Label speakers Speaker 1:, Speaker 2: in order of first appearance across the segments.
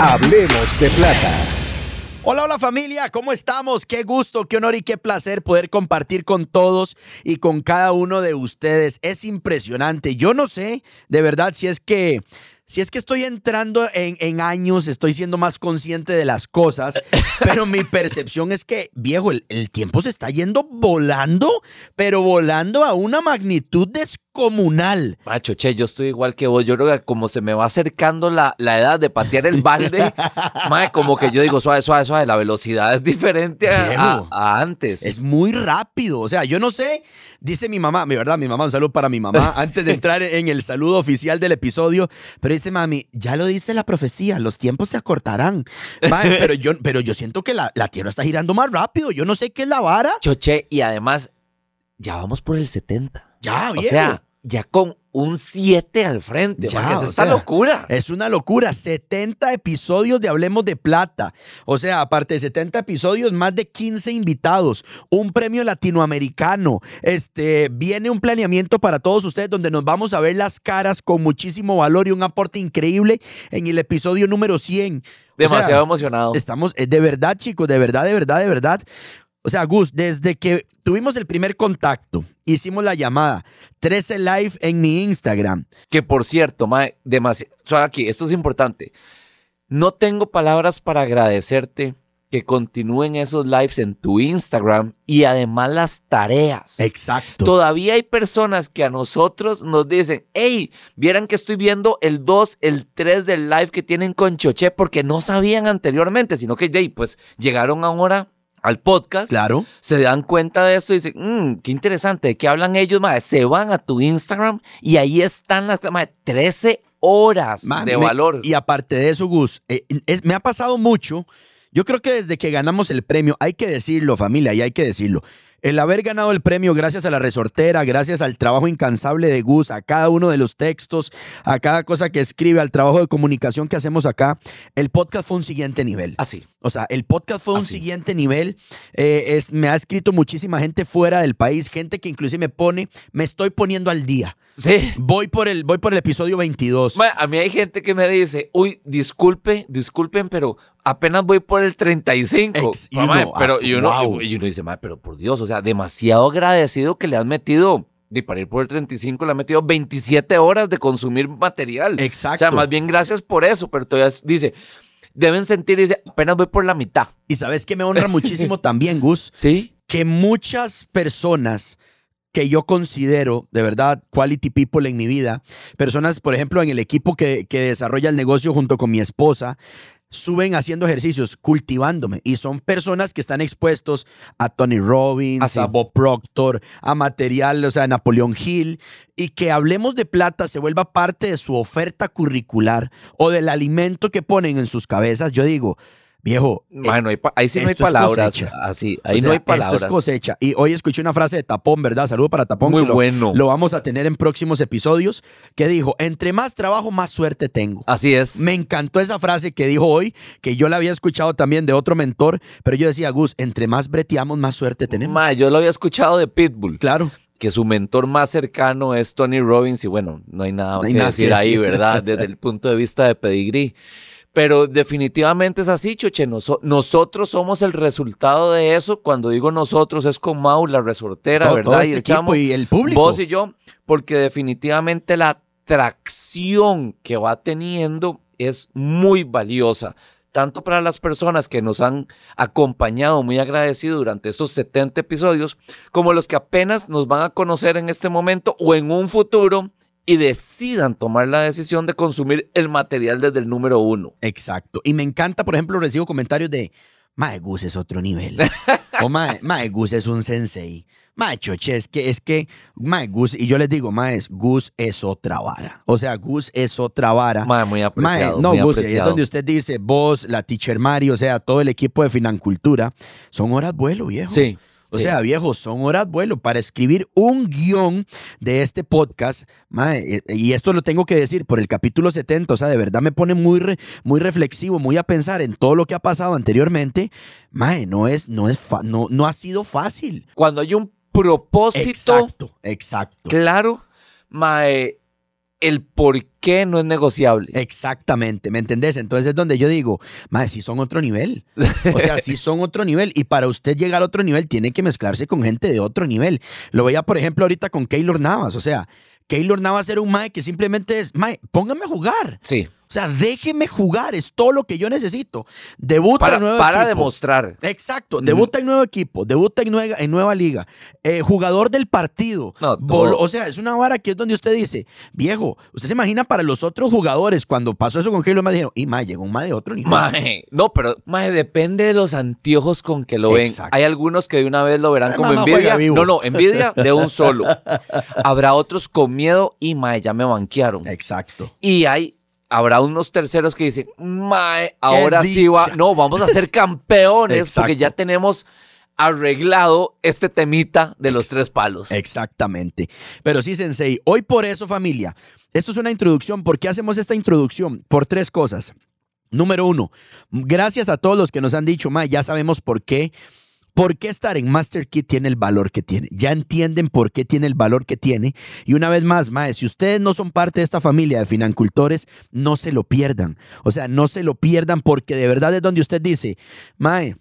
Speaker 1: Hablemos de plata.
Speaker 2: Hola, hola familia, ¿cómo estamos? Qué gusto, qué honor y qué placer poder compartir con todos y con cada uno de ustedes. Es impresionante. Yo no sé, de verdad, si es que... Si es que estoy entrando en, en años, estoy siendo más consciente de las cosas, pero mi percepción es que, viejo, el, el tiempo se está yendo volando, pero volando a una magnitud descomunal.
Speaker 3: Macho, che, yo estoy igual que vos. Yo creo que como se me va acercando la, la edad de patear el balde, mae, como que yo digo, suave, suave, suave, la velocidad es diferente a,
Speaker 2: Viejo.
Speaker 3: a- a antes.
Speaker 2: Es muy rápido. O sea, yo no sé, dice mi mamá, mi verdad, mi mamá, un saludo para mi mamá, antes de entrar en el saludo oficial del episodio, pero dice, mami, ya lo dice la profecía, los tiempos se acortarán. Mae, pero, yo, pero yo siento que la, la Tierra está girando más rápido, yo no sé qué es la vara.
Speaker 3: Choche, y además, ya vamos por el 70.
Speaker 2: Ya,
Speaker 3: o
Speaker 2: viejo.
Speaker 3: sea, ya con un 7 al frente.
Speaker 2: Ya,
Speaker 3: mae, que es
Speaker 2: o
Speaker 3: esta
Speaker 2: sea, eh,
Speaker 3: locura.
Speaker 2: Es una locura, 70 episodios de Hablemos de Plata. O sea, aparte de 70 episodios, más de 15 invitados, un premio latinoamericano. Este, viene un planeamiento para todos ustedes donde nos vamos a ver las caras con muchísimo valor y un aporte increíble en el episodio número 100. O sea,
Speaker 3: Demasiado emocionado.
Speaker 2: Estamos, eh, de verdad, chicos, de verdad, de verdad, de verdad. O sea, Gus, desde que tuvimos el primer contacto, hicimos la llamada, 13 live en mi Instagram.
Speaker 3: Que por cierto, mae, demasiado. aquí, esto es importante. No tengo palabras para agradecerte que continúen esos lives en tu Instagram y además las tareas.
Speaker 2: Exacto.
Speaker 3: Todavía hay personas que a nosotros nos dicen, hey, vieran que estoy viendo el 2, el 3 del live que tienen con Choché porque no sabían anteriormente, sino que de ahí, pues llegaron ahora al podcast,
Speaker 2: Claro.
Speaker 3: se dan cuenta de esto y dicen, "Mm, qué interesante, ¿de qué hablan ellos? Madre? Se van a tu Instagram y ahí están las madre, 13 horas
Speaker 2: Ma,
Speaker 3: de
Speaker 2: me-
Speaker 3: valor.
Speaker 2: Y aparte de eso, Gus, eh, es- me ha pasado mucho. Yo creo que desde que ganamos el premio, hay que decirlo, familia, y hay que decirlo. El haber ganado el premio gracias a la resortera, gracias al trabajo incansable de Gus, a cada uno de los textos, a cada cosa que escribe, al trabajo de comunicación que hacemos acá, el podcast fue un siguiente nivel.
Speaker 3: Así.
Speaker 2: O sea, el podcast fue un
Speaker 3: Así.
Speaker 2: siguiente nivel. Eh, es, me ha escrito muchísima gente fuera del país, gente que inclusive me pone, me estoy poniendo al día.
Speaker 3: Sí.
Speaker 2: Voy por el, voy por el episodio 22.
Speaker 3: Ma, a mí hay gente que me dice, uy, disculpe, disculpen, pero apenas voy por el 35.
Speaker 2: Ex- y
Speaker 3: Ma, ma,
Speaker 2: uno, ah,
Speaker 3: pero, y, uno,
Speaker 2: wow.
Speaker 3: y uno dice, ma, pero por Dios, o sea, demasiado agradecido que le has metido, de para ir por el 35 le has metido 27 horas de consumir material.
Speaker 2: Exacto.
Speaker 3: O sea, más bien gracias por eso, pero todavía dice, deben sentir, dice, apenas voy por la mitad.
Speaker 2: Y sabes que me honra muchísimo también, Gus,
Speaker 3: Sí.
Speaker 2: que muchas personas que yo considero de verdad quality people en mi vida, personas, por ejemplo, en el equipo que, que desarrolla el negocio junto con mi esposa, suben haciendo ejercicios, cultivándome. Y son personas que están expuestos a Tony Robbins,
Speaker 3: Así.
Speaker 2: a Bob Proctor, a material, o sea, a Napoleón Hill, y que Hablemos de Plata se vuelva parte de su oferta curricular o del alimento que ponen en sus cabezas. Yo digo, viejo, eh,
Speaker 3: Ma, no hay pa- ahí sí no hay
Speaker 2: esto es
Speaker 3: palabras.
Speaker 2: cosecha.
Speaker 3: Así,
Speaker 2: o
Speaker 3: ahí
Speaker 2: sea,
Speaker 3: no hay palabras.
Speaker 2: Esto es cosecha. Y hoy escuché una frase de Tapón, ¿verdad? Saludo para Tapón.
Speaker 3: Muy
Speaker 2: que lo-
Speaker 3: bueno.
Speaker 2: Lo vamos a tener en próximos episodios. Que dijo, entre más trabajo, más suerte tengo.
Speaker 3: Así es.
Speaker 2: Me encantó esa frase que dijo hoy, que yo la había escuchado también de otro mentor, pero yo decía, Gus, entre más breteamos, más suerte tenemos.
Speaker 3: Ma, yo lo había escuchado de Pitbull.
Speaker 2: Claro.
Speaker 3: que su mentor más cercano es Tony Robbins y bueno, no hay nada
Speaker 2: No hay
Speaker 3: que
Speaker 2: nada que
Speaker 3: decir ahí,
Speaker 2: decir.
Speaker 3: ¿verdad? Desde el punto de vista de pedigrí. Pero definitivamente es así, Choche. Noso- nosotros somos el resultado de eso. Cuando digo nosotros, es con Mau, la resortera,
Speaker 2: Todo-
Speaker 3: ¿verdad?
Speaker 2: todo este
Speaker 3: y el
Speaker 2: equipo
Speaker 3: chamo.
Speaker 2: y el público.
Speaker 3: Vos y yo, porque definitivamente la atracción que va teniendo es muy valiosa. Tanto para las personas que nos han acompañado muy agradecido durante estos 70 episodios, como los que apenas nos van a conocer en este momento o en un futuro y decidan tomar la decisión de consumir el material desde el número uno.
Speaker 2: Exacto. Y me encanta, por ejemplo, recibo comentarios de Mae Gus es otro nivel. o Mae, Mae Gus es un sensei. Mae Choche, es que, es que Mae Gus, y yo les digo, Mae, es- Gus es otra vara. O sea, Gus es otra vara.
Speaker 3: Mae, muy apreciado.
Speaker 2: Mae, no,
Speaker 3: muy
Speaker 2: Gus, y ahí es
Speaker 3: apreciado.
Speaker 2: donde usted dice, vos, la teacher Mari, o sea, todo el equipo de Financultura, son horas vuelo, viejo.
Speaker 3: Sí.
Speaker 2: O
Speaker 3: sí.
Speaker 2: sea, viejo, son horas vuelo para escribir un guión de este podcast. mae, eh, y esto lo tengo que decir por el capítulo 70. O sea, de verdad me pone muy, re- muy reflexivo, muy a pensar en todo lo que ha pasado anteriormente. Mae, no es, no es, fa- no, no ha sido fácil.
Speaker 3: cuando hay un propósito
Speaker 2: Exacto, exacto.
Speaker 3: claro, mae, el por qué no es negociable.
Speaker 2: Eh, Exactamente, ¿me entendés? Entonces es donde yo digo, mae, sí son otro nivel. O sea, sí son otro nivel. Y para usted llegar a otro nivel, tiene que mezclarse con gente de otro nivel. Lo veía, por ejemplo, ahorita con Keylor Navas. O sea, Keylor Navas era un mae que simplemente es, mae, póngame a jugar.
Speaker 3: sí,
Speaker 2: O sea, déjeme jugar, es todo lo que yo necesito. Debuta
Speaker 3: para,
Speaker 2: en nuevo
Speaker 3: para
Speaker 2: equipo.
Speaker 3: demostrar.
Speaker 2: Exacto, debuta en nuevo equipo, debuta en nueva, en nueva liga, eh, jugador del partido.
Speaker 3: No,
Speaker 2: Vol-
Speaker 3: todo.
Speaker 2: o sea, es una vara que es donde usted dice, viejo, usted se imagina para los otros jugadores, cuando pasó eso con Keylor, me dijeron, y más, llegó un más de otro nivel.
Speaker 3: Mae, no, pero mae, depende de los anteojos con que lo ven.
Speaker 2: Exacto.
Speaker 3: Hay algunos que de una vez lo verán
Speaker 2: Ay,
Speaker 3: como
Speaker 2: mamá, juega
Speaker 3: envidia.
Speaker 2: vivo.
Speaker 3: No, no, envidia de un solo. Habrá otros con miedo y mae, ya me banquearon.
Speaker 2: Exacto.
Speaker 3: Y hay, habrá unos terceros que dicen, mae, ahora sí va.
Speaker 2: dicha".
Speaker 3: No, vamos a ser campeones
Speaker 2: Exacto.
Speaker 3: porque ya tenemos arreglado este temita de los tres palos.
Speaker 2: Exactamente. Pero sí, Sensei, hoy por eso, familia, esto es una introducción. ¿Por qué hacemos esta introducción? Por tres cosas. Número uno, gracias a todos los que nos han dicho, ma, ya sabemos por qué. ¿Por qué estar en Master Key tiene el valor que tiene? Ya entienden por qué tiene el valor que tiene. Y una vez más, Mae, si ustedes no son parte de esta familia de financultores, no se lo pierdan. O sea, no se lo pierdan porque de verdad es donde usted dice, Mae,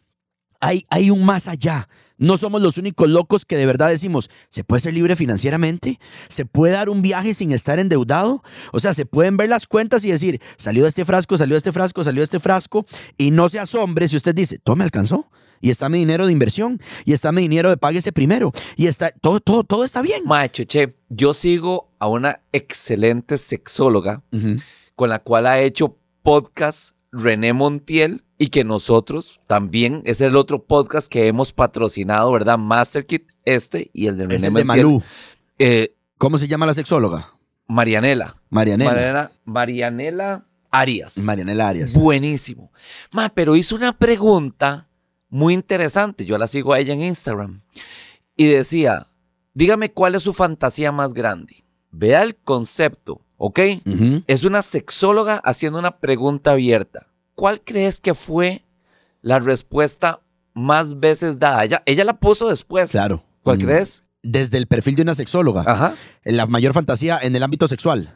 Speaker 2: hay, hay un más allá. No somos los únicos locos que de verdad decimos, ¿se puede ser libre financieramente? ¿Se puede dar un viaje sin estar endeudado? O sea, se pueden ver las cuentas y decir, salió este frasco, salió este frasco, salió este frasco, y no se asombre si usted dice, todo me alcanzó, y está mi dinero de inversión, y está mi dinero de páguese primero, y está, todo, todo, todo está bien.
Speaker 3: Macho, che, yo sigo a una excelente sexóloga
Speaker 2: Ujú.
Speaker 3: con la cual ha hecho podcast René Montiel y que nosotros también es el otro podcast que hemos patrocinado, ¿verdad? MasterKit, este y el de René
Speaker 2: Es el de
Speaker 3: Montiel.
Speaker 2: Malú.
Speaker 3: Eh,
Speaker 2: ¿Cómo se llama la sexóloga?
Speaker 3: Marianela.
Speaker 2: Marianela. Marianela,
Speaker 3: Marianela, Marianela Arias.
Speaker 2: Arias.
Speaker 3: Buenísimo. Ma, pero hizo una pregunta muy interesante. Yo la sigo a ella en Instagram. Y decía, dígame cuál es su fantasía más grande. Vea el concepto, ¿ok?
Speaker 2: Ujú.
Speaker 3: Es una sexóloga haciendo una pregunta abierta. ¿Cuál crees que fue la respuesta más veces dada? Ella, ella la puso después.
Speaker 2: Claro.
Speaker 3: ¿Cuál
Speaker 2: Mm.
Speaker 3: crees?
Speaker 2: Desde el perfil de una sexóloga.
Speaker 3: Ajá.
Speaker 2: La mayor fantasía en el ámbito sexual.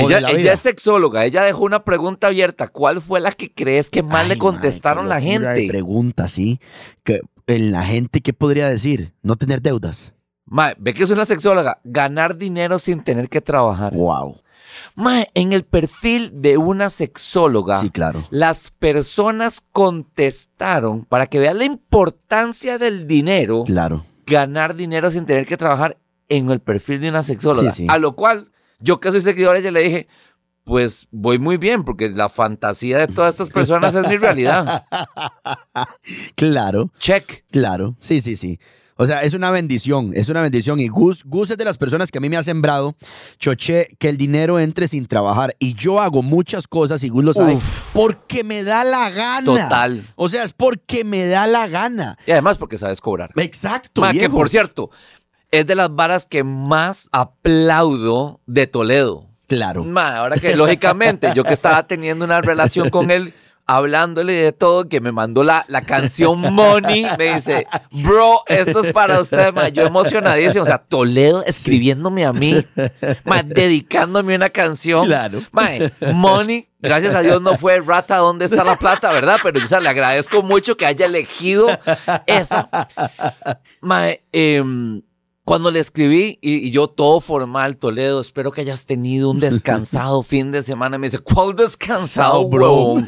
Speaker 2: O de
Speaker 3: Ella,
Speaker 2: la
Speaker 3: ella
Speaker 2: vida.
Speaker 3: es sexóloga, ella dejó una pregunta abierta. ¿Cuál fue la que crees que más
Speaker 2: Ay,
Speaker 3: le
Speaker 2: mae,
Speaker 3: contestaron
Speaker 2: qué
Speaker 3: la
Speaker 2: locura de
Speaker 3: gente?
Speaker 2: Pregunta, sí. Que, en la gente, ¿qué podría decir? No tener deudas.
Speaker 3: Mae, ve que es una sexóloga. Ganar dinero sin tener que trabajar.
Speaker 2: Wow.
Speaker 3: Mae, en el perfil de una sexóloga,
Speaker 2: Sí, claro.
Speaker 3: las personas contestaron para que vean la importancia del dinero,
Speaker 2: Claro.
Speaker 3: ganar dinero sin tener que trabajar en el perfil de una sexóloga.
Speaker 2: Sí, sí.
Speaker 3: A lo cual, yo que soy seguidor, ella le dije, pues voy muy bien, porque la fantasía de todas estas personas es mi realidad.
Speaker 2: Claro,
Speaker 3: Check.
Speaker 2: claro. Sí, sí, sí. O sea, es una bendición, es una bendición. Y Gus, Gus es de las personas que a mí me ha sembrado, choché, que el dinero entre sin trabajar. Y yo hago muchas cosas, y Gus lo sabe, porque me da la gana.
Speaker 3: Total.
Speaker 2: O sea, es porque me da la gana.
Speaker 3: Y además porque sabes cobrar.
Speaker 2: Exacto.
Speaker 3: Ma, que
Speaker 2: viejo.
Speaker 3: por cierto, es de las varas que más aplaudo de Toledo.
Speaker 2: Claro.
Speaker 3: Ma, ahora que lógicamente yo que estaba teniendo una relación con él hablándole de todo, que me mandó la, la canción Money. Me dice, bro, esto es para usted, ma". Yo emocionadísimo. O sea, Toledo escribiéndome a mí, ma, dedicándome una canción.
Speaker 2: Claro.
Speaker 3: Ma, Money, gracias a Dios no fue Rata, ¿dónde está la plata, verdad? Pero yo o sea, le agradezco mucho que haya elegido esa. Mae, em, cuando le escribí y, y yo todo formal, Toledo, espero que hayas tenido un descansado fin de semana. Me dice, ¿cuál descansado,
Speaker 2: Sao, bro?"
Speaker 3: bro?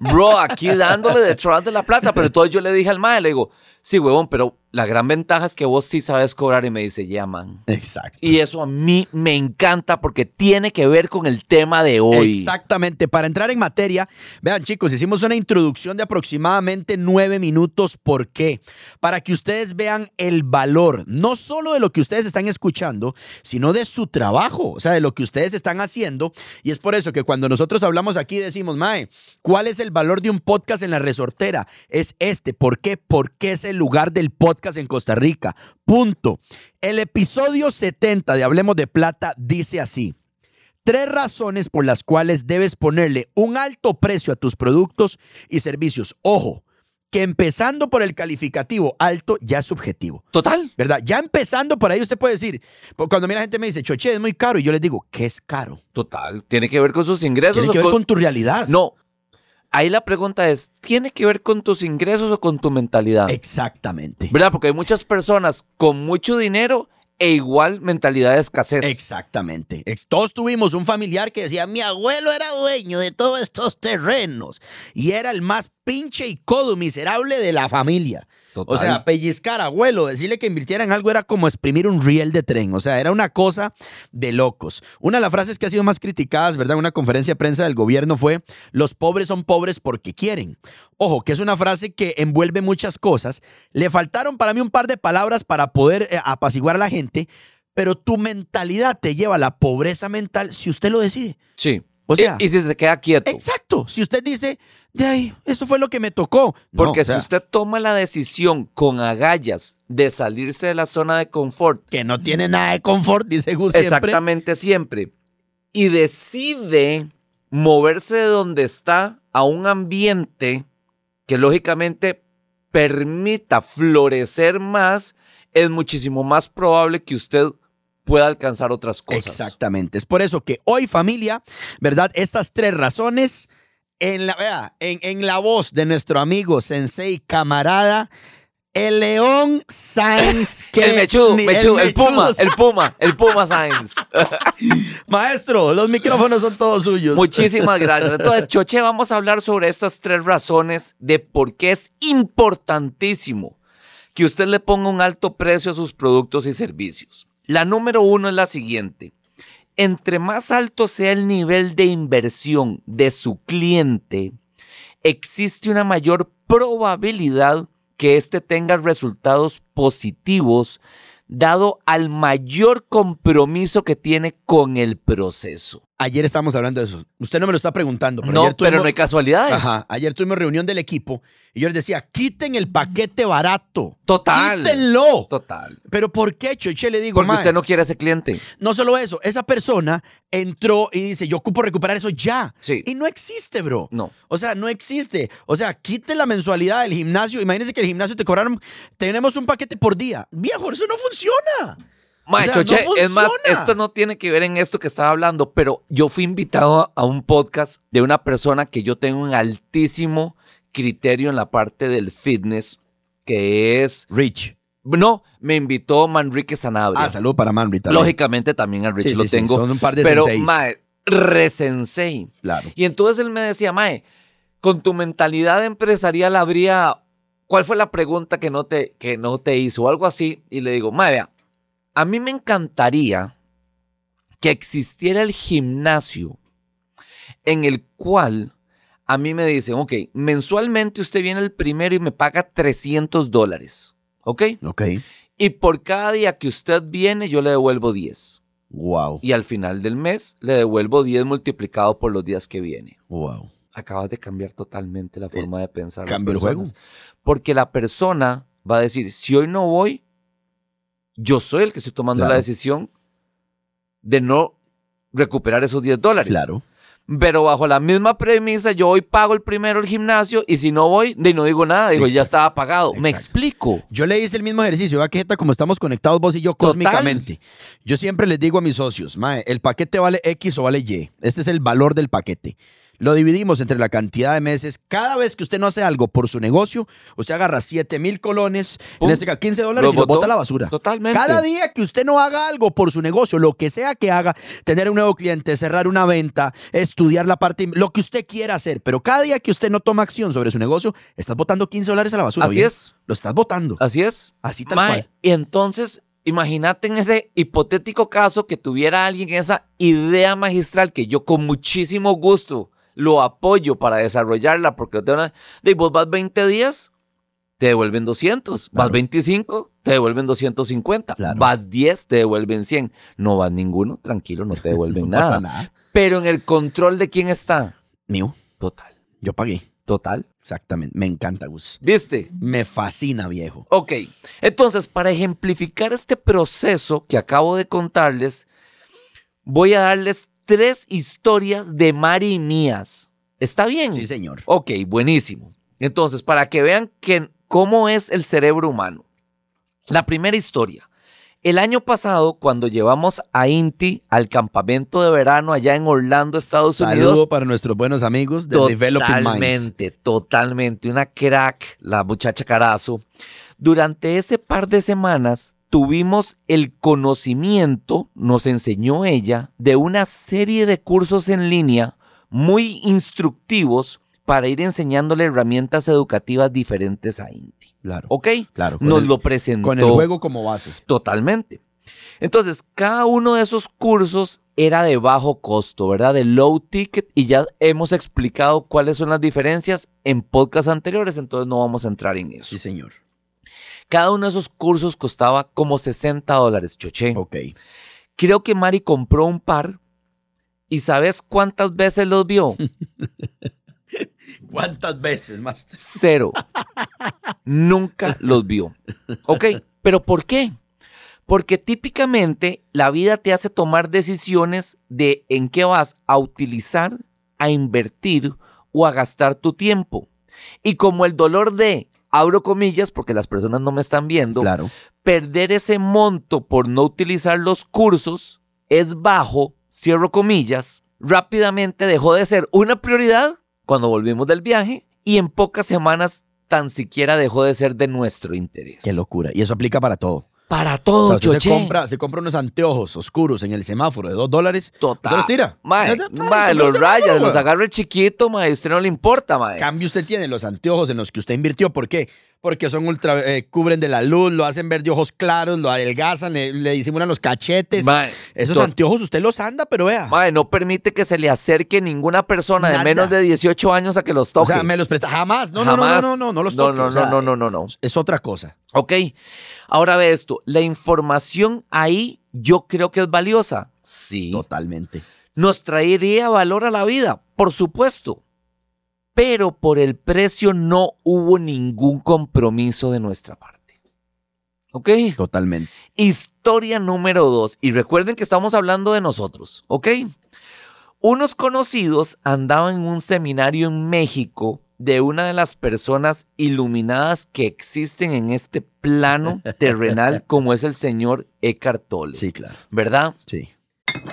Speaker 3: Bro, aquí dándole detrás de la plata. Pero entonces yo le dije al mae, le digo, sí, huevón, pero la gran ventaja es que vos sí sabes cobrar. Y me dice, ya, man.
Speaker 2: Exacto.
Speaker 3: Y eso a mí me encanta porque tiene que ver con el tema de hoy.
Speaker 2: Exactamente. Para entrar en materia, vean chicos, hicimos una introducción de aproximadamente nueve minutos. ¿Por qué? Para que ustedes vean el valor, no solo de lo que ustedes están escuchando, sino de su trabajo, o sea, de lo que ustedes están haciendo. Y es por eso que cuando nosotros hablamos aquí decimos, Mae, ¿cuál es el valor de un podcast en la resortera? Es este. ¿Por qué? Porque es el lugar del podcast en Costa Rica. Punto. El episodio 70 de Hablemos de Plata dice así. Tres razones por las cuales debes ponerle un alto precio a tus productos y servicios. Ojo, que empezando por el calificativo alto ya es subjetivo.
Speaker 3: Total.
Speaker 2: ¿Verdad? Ya empezando por ahí usted puede decir, porque cuando a mí la gente me dice, choche, es muy caro, y yo les digo, ¿qué es caro?
Speaker 3: Total. Tiene que ver con sus ingresos.
Speaker 2: Tiene
Speaker 3: o
Speaker 2: que ver
Speaker 3: con-
Speaker 2: con tu realidad.
Speaker 3: No. Ahí la pregunta es, ¿tiene que ver con tus ingresos o con tu mentalidad?
Speaker 2: Exactamente.
Speaker 3: ¿Verdad? Porque hay muchas personas con mucho dinero e igual mentalidad de escasez.
Speaker 2: Exactamente. Ex- Todos tuvimos un familiar que decía, mi abuelo era dueño de todos estos terrenos y era el más pinche y codo miserable de la familia.
Speaker 3: Total.
Speaker 2: O sea, pellizcar abuelo, decirle que invirtiera en algo era como exprimir un riel de tren. O sea, era una cosa de locos. Una de las frases que ha sido más criticadas, ¿verdad? En una conferencia de prensa del gobierno fue, los pobres son pobres porque quieren. Ojo, que es una frase que envuelve muchas cosas. Le faltaron para mí un par de palabras para poder eh, apaciguar a la gente, pero tu mentalidad te lleva a la pobreza mental si usted lo decide.
Speaker 3: sí.
Speaker 2: o sea-
Speaker 3: y, y si se queda quieto.
Speaker 2: Exacto. Si usted dice, de ahí, eso fue lo que me tocó. No,
Speaker 3: Porque
Speaker 2: o sea,
Speaker 3: si usted toma la decisión con agallas de salirse de la zona de confort,
Speaker 2: Que no tiene nada de confort, dice Gus siempre.
Speaker 3: exactamente siempre, y decide moverse de donde está a un ambiente que lógicamente permita florecer más, es muchísimo más probable que usted pueda alcanzar otras cosas.
Speaker 2: Exactamente. Es por eso que hoy, familia, ¿verdad? Estas tres razones en la, vea, en, en la voz de nuestro amigo, sensei, camarada, el León Sainz. que-
Speaker 3: el mechudo,
Speaker 2: ni-
Speaker 3: mechudo, el,
Speaker 2: mechudo.
Speaker 3: Puma, el Puma, el Puma Sainz.
Speaker 2: Maestro, los micrófonos son todos suyos.
Speaker 3: Muchísimas gracias. Entonces, Choche, vamos a hablar sobre estas tres razones de por qué es importantísimo que usted le ponga un alto precio a sus productos y servicios. La número uno es la siguiente. Entre más alto sea el nivel de inversión de su cliente, existe una mayor probabilidad que éste tenga resultados positivos dado al mayor compromiso que tiene con el proceso.
Speaker 2: Ayer estábamos hablando de eso. Usted no me lo está preguntando, pero
Speaker 3: No,
Speaker 2: ayer tuvimos-
Speaker 3: pero no hay casualidades.
Speaker 2: Ajá, ayer tuvimos reunión del equipo y yo les decía, quiten el paquete barato.
Speaker 3: Total.
Speaker 2: Quítenlo.
Speaker 3: Total.
Speaker 2: Pero ¿por qué, Choche? Le digo,
Speaker 3: Porque
Speaker 2: "Mae,
Speaker 3: usted no quiere a ese cliente.
Speaker 2: No solo eso, esa persona entró y dice, yo ocupo recuperar eso ya.
Speaker 3: Sí.
Speaker 2: Y no existe, bro.
Speaker 3: No.
Speaker 2: O sea, no existe. O sea, quite la mensualidad del gimnasio. Imagínense que el gimnasio te cobraron, tenemos un paquete por día. Viejo, eso no funciona. O
Speaker 3: Mae,
Speaker 2: sea, no
Speaker 3: Choche, es más,
Speaker 2: funciona.
Speaker 3: esto no tiene que ver en esto que estaba hablando, pero yo fui invitado a un podcast de una persona que yo tengo un altísimo criterio en la parte del fitness, que es...
Speaker 2: Rich.
Speaker 3: No, me invitó Manrique Sanabria.
Speaker 2: Ah, salud para Manri también.
Speaker 3: Lógicamente también a Rich
Speaker 2: Sí,
Speaker 3: lo
Speaker 2: sí, sí,
Speaker 3: tengo.
Speaker 2: son un par de
Speaker 3: pero,
Speaker 2: senseis.
Speaker 3: mae, resensei.
Speaker 2: Claro.
Speaker 3: Y entonces él me decía, Mae, con tu mentalidad empresarial habría. ¿Cuál fue la pregunta que no te, que no te hizo? O algo así. Y le digo, Mae, vea, a mí me encantaría que existiera el gimnasio en el cual a mí me dicen, ok, mensualmente usted viene el primero y me paga 300 dólares. ¿Ok?
Speaker 2: Ok.
Speaker 3: Y por cada día que usted viene, yo le devuelvo 10.
Speaker 2: Wow.
Speaker 3: Y al final del mes, le devuelvo 10 multiplicado por los días que viene
Speaker 2: Wow.
Speaker 3: acabas de cambiar totalmente la forma de pensar.
Speaker 2: Eh, cambio el
Speaker 3: el
Speaker 2: juego.
Speaker 3: Porque la persona va a decir, si hoy no voy, yo soy el que estoy tomando
Speaker 2: Claro.
Speaker 3: la decisión de no recuperar esos 10 dólares.
Speaker 2: Claro.
Speaker 3: Pero bajo la misma premisa, yo hoy pago el primero el gimnasio y si no voy, de no digo nada, digo, ya
Speaker 2: Exacto.
Speaker 3: estaba pagado. Me
Speaker 2: Exacto.
Speaker 3: explico.
Speaker 2: Yo le hice el mismo ejercicio, va quejeta como estamos conectados vos y yo
Speaker 3: Total.
Speaker 2: cósmicamente. Yo siempre les digo a mis socios, mae, el paquete vale X o vale Y. Este es el valor del paquete. Lo dividimos entre la cantidad de meses. Cada vez que usted no hace algo por su negocio, usted agarra 7 mil colones,
Speaker 3: Pum.
Speaker 2: en este caso 15 dólares,
Speaker 3: Lo
Speaker 2: y lo
Speaker 3: botó.
Speaker 2: bota a la basura.
Speaker 3: Totalmente.
Speaker 2: Cada día que usted no haga algo por su negocio, lo que sea que haga, tener un nuevo cliente, cerrar una venta, estudiar la parte, lo que usted quiera hacer, pero cada día que usted no toma acción sobre su negocio, estás botando 15 dólares a la basura.
Speaker 3: Así
Speaker 2: ¿bien?
Speaker 3: es.
Speaker 2: Lo estás botando.
Speaker 3: Así es.
Speaker 2: Así tal
Speaker 3: Mae,
Speaker 2: cual.
Speaker 3: Y entonces, imagínate en ese hipotético caso que tuviera alguien esa idea magistral que yo con muchísimo gusto lo apoyo para desarrollarla, porque lo tengo una- de vos vas 20 días, te devuelven 200, vas
Speaker 2: Claro.
Speaker 3: 25, te devuelven 250,
Speaker 2: Claro.
Speaker 3: vas 10, te devuelven 100, no vas ninguno, tranquilo, no te devuelven
Speaker 2: No
Speaker 3: nada.
Speaker 2: pasa nada.
Speaker 3: Pero en el control de quién está,
Speaker 2: Mío,
Speaker 3: total,
Speaker 2: yo pagué.
Speaker 3: total.
Speaker 2: Exactamente. Me encanta, Gus.
Speaker 3: ¿Viste?
Speaker 2: Me fascina, viejo.
Speaker 3: Ok, entonces para ejemplificar este proceso que acabo de contarles, voy a darles tres historias de Mari mías. ¿Está bien?
Speaker 2: Sí, señor.
Speaker 3: Ok, buenísimo. Entonces, para que vean que- cómo es el cerebro humano. La primera historia. El año pasado, cuando llevamos a Inti al campamento de verano allá en Orlando, Estados
Speaker 2: Saludo
Speaker 3: Unidos,
Speaker 2: para nuestros buenos amigos de Developing Minds.
Speaker 3: Totalmente, totalmente. Una crack, la muchacha Carazo. Durante ese par de semanas tuvimos el conocimiento, nos enseñó ella, de una serie de cursos en línea muy instructivos para ir enseñándole herramientas educativas diferentes a Inti.
Speaker 2: Claro.
Speaker 3: ¿Ok?
Speaker 2: Claro. con
Speaker 3: Nos
Speaker 2: el-
Speaker 3: lo presentó.
Speaker 2: Con el juego como base.
Speaker 3: Totalmente. Entonces, cada uno de esos cursos era de bajo costo, ¿verdad? De low ticket y ya hemos explicado cuáles son las diferencias en podcasts anteriores, entonces no vamos a entrar en eso.
Speaker 2: Sí, señor.
Speaker 3: Cada uno de esos cursos costaba como 60 dólares, choché.
Speaker 2: Ok.
Speaker 3: Creo que Mari compró un par y ¿sabes cuántas veces los vio?
Speaker 2: ¿Cuántas veces más?
Speaker 3: Cero. Nunca los vio. ¿Ok? ¿Pero por qué? Porque típicamente la vida te hace tomar decisiones de en qué vas a utilizar, a invertir o a gastar tu tiempo. Y como el dolor de, abro comillas porque las personas no me están viendo,
Speaker 2: Claro.
Speaker 3: perder ese monto por no utilizar los cursos es bajo, cierro comillas, rápidamente dejó de ser una prioridad cuando volvimos del viaje y en pocas semanas tan siquiera dejó de ser de nuestro interés.
Speaker 2: Qué locura. Y eso aplica para todo.
Speaker 3: Para
Speaker 2: O
Speaker 3: todo,
Speaker 2: sea, usted se
Speaker 3: choché.
Speaker 2: compra, se compra unos anteojos oscuros en el semáforo de dos dólares.
Speaker 3: Total.
Speaker 2: Usted los tira.
Speaker 3: Mae,
Speaker 2: Ya está,
Speaker 3: mae,
Speaker 2: compró un
Speaker 3: los
Speaker 2: semáforo,
Speaker 3: rayas, los
Speaker 2: weón.
Speaker 3: agarra el chiquito, mae, a usted no le importa, mae.
Speaker 2: cambio usted tiene los anteojos en los que usted invirtió. ¿Por qué? Porque son ultra, eh, cubren de la luz, lo hacen ver de ojos claros, lo adelgazan, le, le disimulan los cachetes.
Speaker 3: Mae,
Speaker 2: Esos
Speaker 3: to-
Speaker 2: anteojos usted los anda, pero vea.
Speaker 3: mae, no permite que se le acerque ninguna persona
Speaker 2: Nada.
Speaker 3: de menos de 18 años a que los
Speaker 2: o
Speaker 3: toque.
Speaker 2: sea, me los presta. Jamás. No, no,
Speaker 3: Jamás.
Speaker 2: no, no, no, no, no los
Speaker 3: No,
Speaker 2: toque.
Speaker 3: no,
Speaker 2: O sea,
Speaker 3: no, no, no, no, no.
Speaker 2: Es otra cosa.
Speaker 3: Ok, ahora ve esto, la información ahí yo creo que es valiosa. Sí.
Speaker 2: Totalmente.
Speaker 3: Nos traería valor a la vida, por supuesto, pero por el precio no hubo ningún compromiso de nuestra parte. Ok,
Speaker 2: Totalmente.
Speaker 3: historia número dos, y recuerden que estamos hablando de nosotros, ok. Unos conocidos andaban en un seminario en México de una de las personas iluminadas que existen en este plano terrenal como es el señor Eckhart Tolle,
Speaker 2: Sí, claro.
Speaker 3: ¿verdad?
Speaker 2: Sí.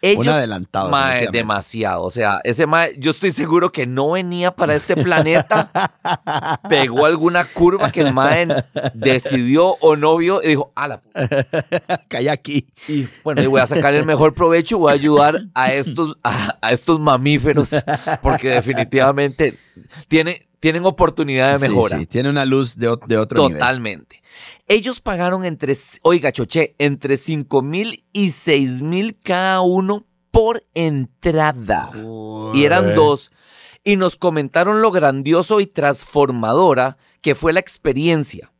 Speaker 3: Ellos,
Speaker 2: adelantado,
Speaker 3: mae,
Speaker 2: definitivamente.
Speaker 3: demasiado, o sea, ese mae, yo estoy seguro que no venía para este planeta, pegó alguna curva que el mae decidió o no vio y dijo, a la
Speaker 2: Calla aquí.
Speaker 3: Y bueno, y voy a sacar el mejor provecho, voy a ayudar a estos, a, a estos mamíferos, porque definitivamente tienen, tienen oportunidad de mejora.
Speaker 2: Sí, sí, tiene una luz de, ot- de otro nivel.
Speaker 3: Totalmente. Ellos pagaron entre, oiga, Choché, entre 5 mil y 6 mil cada uno por entrada. Y eran dos. Y nos comentaron lo grandioso y transformadora que fue la experiencia.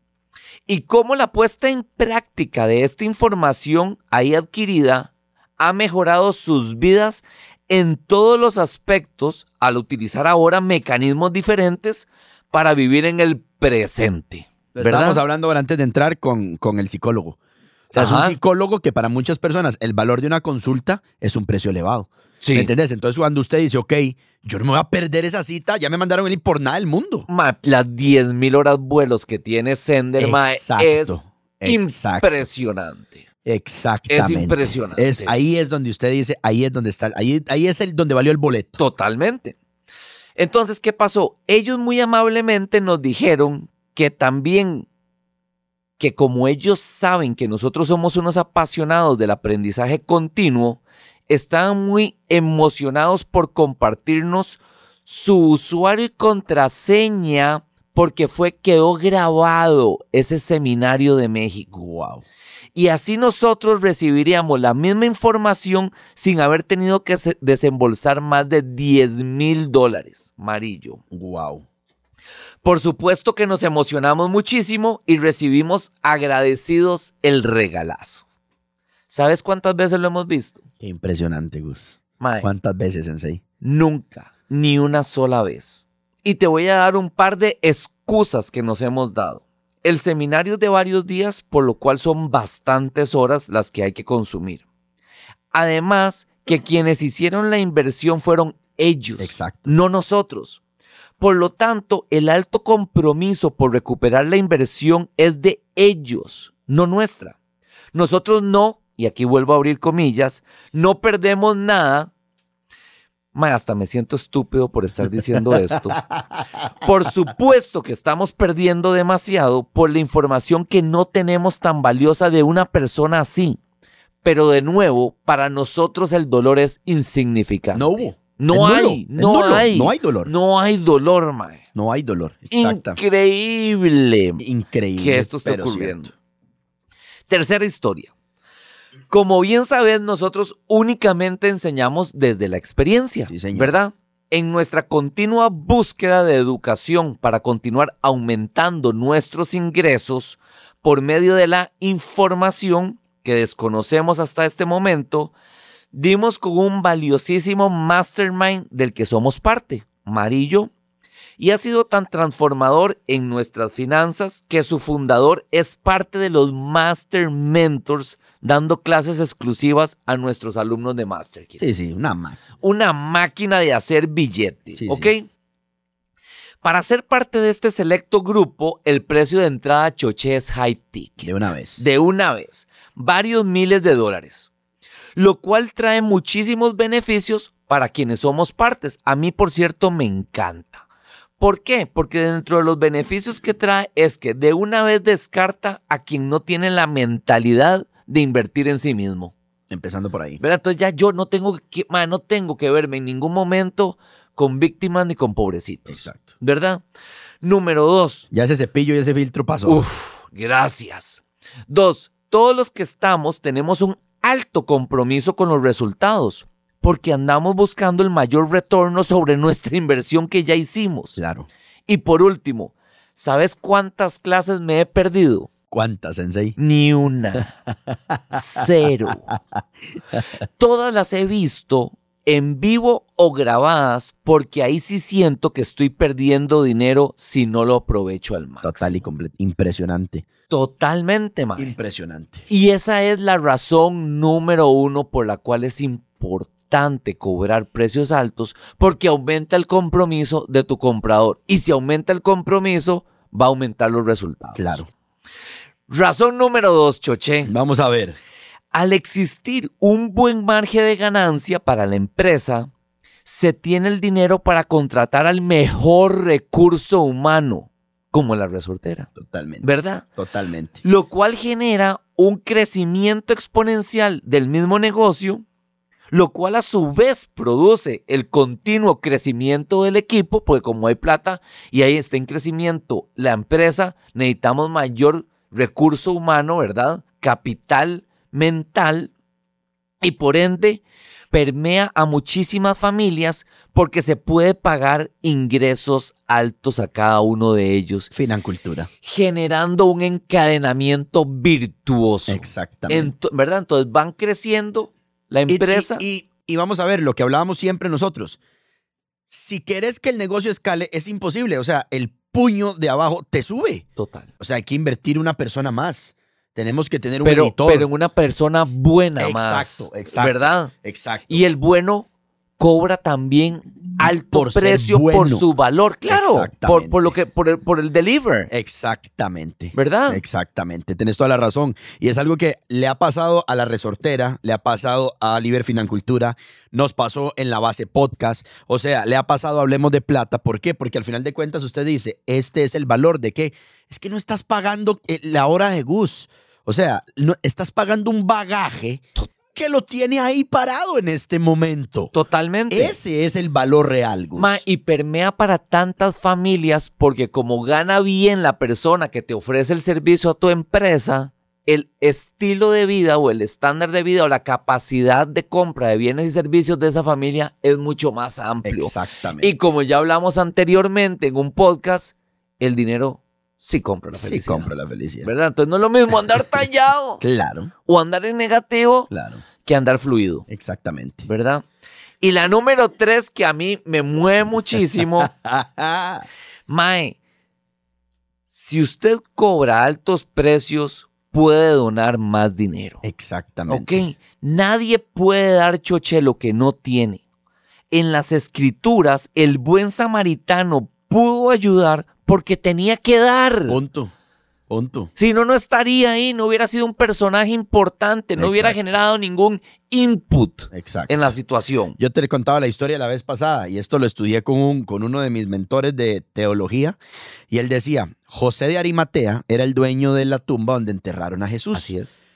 Speaker 3: Y cómo la puesta en práctica de esta información ahí adquirida ha mejorado sus vidas en todos los aspectos al utilizar ahora mecanismos diferentes para vivir en el presente.
Speaker 2: Lo
Speaker 3: ¿Verdad?
Speaker 2: Estábamos hablando ahora antes de entrar con, con el psicólogo. O sea, es un
Speaker 3: Ajá.
Speaker 2: psicólogo que para muchas personas el valor de una consulta es un precio elevado.
Speaker 3: Sí.
Speaker 2: ¿Me entendés? Entonces cuando usted dice, ok, yo no me voy a perder esa cita, ya me mandaron venir por nada del mundo.
Speaker 3: Ma, las 10.000 horas vuelos que tiene Sender ma, es
Speaker 2: Exacto. Exacto.
Speaker 3: impresionante.
Speaker 2: Exactamente.
Speaker 3: Es impresionante.
Speaker 2: Es, ahí es donde usted dice, ahí es donde está, ahí, ahí es el donde valió el boleto.
Speaker 3: Totalmente. Entonces, ¿qué pasó? Ellos muy amablemente nos dijeron que también, que como ellos saben que nosotros somos unos apasionados del aprendizaje continuo, estaban muy emocionados por compartirnos su usuario y contraseña porque fue quedó grabado ese seminario de México. Wow. Y así nosotros recibiríamos la misma información sin haber tenido que se- desembolsar más de 10 mil dólares, Marillo.
Speaker 2: Wow.
Speaker 3: Por supuesto que nos emocionamos muchísimo y recibimos agradecidos el regalazo. ¿Sabes cuántas veces lo hemos visto?
Speaker 2: Qué impresionante, Gus.
Speaker 3: Mae,
Speaker 2: ¿Cuántas veces, Sensei?
Speaker 3: nunca, ni una sola vez. Y te voy a dar un par de excusas que nos hemos dado. El seminario es de varios días, por lo cual son bastantes horas las que hay que consumir. Además, que quienes hicieron la inversión fueron ellos.
Speaker 2: Exacto.
Speaker 3: no nosotros. Por lo tanto, el alto compromiso por recuperar la inversión es de ellos, no nuestra. Nosotros no, y aquí vuelvo a abrir comillas, no perdemos nada. Ma, hasta me siento estúpido por estar diciendo esto. Por supuesto que estamos perdiendo demasiado por la información que no tenemos tan valiosa de una persona así. Pero de nuevo, para nosotros el dolor es insignificante.
Speaker 2: No hubo.
Speaker 3: No
Speaker 2: Es nulo,
Speaker 3: hay,
Speaker 2: es
Speaker 3: no
Speaker 2: nulo,
Speaker 3: hay.
Speaker 2: no hay dolor.
Speaker 3: No hay dolor, mae.
Speaker 2: No hay dolor. Exacta.
Speaker 3: Increíble
Speaker 2: Increíble.
Speaker 3: que esto está
Speaker 2: pero
Speaker 3: ocurriendo.
Speaker 2: cierto.
Speaker 3: Tercera historia. Como bien sabes, nosotros únicamente enseñamos desde la experiencia,
Speaker 2: Sí, señor.
Speaker 3: ¿verdad? En nuestra continua búsqueda de educación para continuar aumentando nuestros ingresos por medio de la información que desconocemos hasta este momento, dimos con un valiosísimo mastermind del que somos parte, Marillo, y ha sido tan transformador en nuestras finanzas que su fundador es parte de los Master Mentors dando clases exclusivas a nuestros alumnos de MasterKids.
Speaker 2: Sí, sí, una ma-
Speaker 3: Una máquina de hacer billetes,
Speaker 2: Sí,
Speaker 3: ¿ok?
Speaker 2: sí.
Speaker 3: Para ser parte de este selecto grupo, el precio de entrada choche es high ticket.
Speaker 2: De una vez.
Speaker 3: De una vez. Varios miles de dólares. Lo cual trae muchísimos beneficios para quienes somos partes. A mí, por cierto, me encanta. ¿Por qué? Porque dentro de los beneficios que trae es que de una vez descarta a quien no tiene la mentalidad de invertir en sí mismo.
Speaker 2: Empezando por ahí.
Speaker 3: ¿Verdad? Entonces ya yo no tengo que, ma, no tengo que verme en ningún momento con víctimas ni con pobrecitos.
Speaker 2: Exacto.
Speaker 3: ¿Verdad? Número dos,
Speaker 2: Ya ese cepillo y ese filtro pasó.
Speaker 3: Uf, gracias. Dos, todos los que estamos tenemos un alto compromiso con los resultados, porque andamos buscando el mayor retorno sobre nuestra inversión que ya hicimos.
Speaker 2: Claro.
Speaker 3: Y por último, ¿sabes cuántas clases me he perdido?
Speaker 2: ¿Cuántas, Sensei?
Speaker 3: Ni una. Cero. Todas las he visto en vivo o grabadas porque ahí sí siento que estoy perdiendo dinero si no lo aprovecho al máximo.
Speaker 2: Total y completo. Impresionante.
Speaker 3: Totalmente, mae.
Speaker 2: Impresionante.
Speaker 3: Y esa es la razón número uno por la cual es importante cobrar precios altos, porque aumenta el compromiso de tu comprador. Y si aumenta el compromiso, va a aumentar los resultados.
Speaker 2: Claro.
Speaker 3: Razón número dos, Choche.
Speaker 2: Vamos a ver.
Speaker 3: Al existir un buen margen de ganancia para la empresa, se tiene el dinero para contratar al mejor recurso humano, como la resortera,
Speaker 2: Totalmente.
Speaker 3: ¿verdad?
Speaker 2: Totalmente.
Speaker 3: lo cual genera un crecimiento exponencial del mismo negocio, lo cual a su vez produce el continuo crecimiento del equipo, porque como hay plata y ahí está en crecimiento la empresa, necesitamos mayor recurso humano, ¿verdad? Capital mental y por ende permea a muchísimas familias porque se puede pagar ingresos altos a cada uno de ellos,
Speaker 2: Financultura.
Speaker 3: generando un encadenamiento virtuoso.
Speaker 2: Exactamente.
Speaker 3: Ento- ¿Verdad? Entonces van creciendo la
Speaker 2: Y- y-
Speaker 3: empresa.
Speaker 2: Y, y vamos a ver lo que hablábamos siempre nosotros. Si querés que el negocio escale, es imposible. O sea, el puño de abajo te sube.
Speaker 3: Total.
Speaker 2: O sea, hay que invertir una persona más. Tenemos que tener un
Speaker 3: Pero,
Speaker 2: editor.
Speaker 3: pero en una persona buena más.
Speaker 2: Exacto, exacto.
Speaker 3: ¿Verdad?
Speaker 2: Exacto.
Speaker 3: Y el bueno cobra también alto
Speaker 2: Por ser
Speaker 3: precio por
Speaker 2: bueno.
Speaker 3: su valor, claro, por, por lo
Speaker 2: Exactamente.
Speaker 3: que por el, por el deliver,
Speaker 2: Exactamente.
Speaker 3: ¿verdad?
Speaker 2: Exactamente, tenés toda la razón. Y es algo que le ha pasado a la resortera, le ha pasado a Liber Financultura, nos pasó en la base podcast, o sea, le ha pasado a Hablemos de Plata. ¿Por qué? Porque al final de cuentas usted dice, este es el valor de que es que no estás pagando eh, la hora de Gus, o sea, no, estás pagando un bagaje que lo tiene ahí parado en este momento.
Speaker 3: Totalmente.
Speaker 2: Ese es el valor real, Gus.
Speaker 3: Ma, y permea para tantas familias porque como gana bien la persona que te ofrece el servicio a tu empresa, el estilo de vida o el estándar de vida o la capacidad de compra de bienes y servicios de esa familia es mucho más amplio.
Speaker 2: Exactamente.
Speaker 3: Y como ya hablamos anteriormente en un podcast, el dinero sí compra la
Speaker 2: sí
Speaker 3: felicidad.
Speaker 2: compra la felicidad.
Speaker 3: ¿Verdad? Entonces no es lo mismo andar tallado
Speaker 2: Claro,
Speaker 3: o andar en negativo
Speaker 2: claro,
Speaker 3: que andar fluido,
Speaker 2: exactamente.
Speaker 3: ¿verdad? Y la número tres que a mí me mueve muchísimo, Mae, si usted cobra altos precios, puede donar más dinero. Ok,
Speaker 2: Exactamente.
Speaker 3: nadie puede dar choche lo que no tiene. En las escrituras, el buen samaritano pudo ayudar porque tenía que dar.
Speaker 2: Punto. Punto.
Speaker 3: Si no, no estaría ahí, no hubiera sido un personaje importante, no hubiera
Speaker 2: Exacto.
Speaker 3: generado ningún input
Speaker 2: Exacto.
Speaker 3: en la situación.
Speaker 2: Em, Yo te contaba la historia la vez pasada y esto lo estudié con, un- con uno de mis mentores de teología y él decía, José de Arimatea era el dueño de la tumba donde enterraron a Jesús.
Speaker 3: Así es.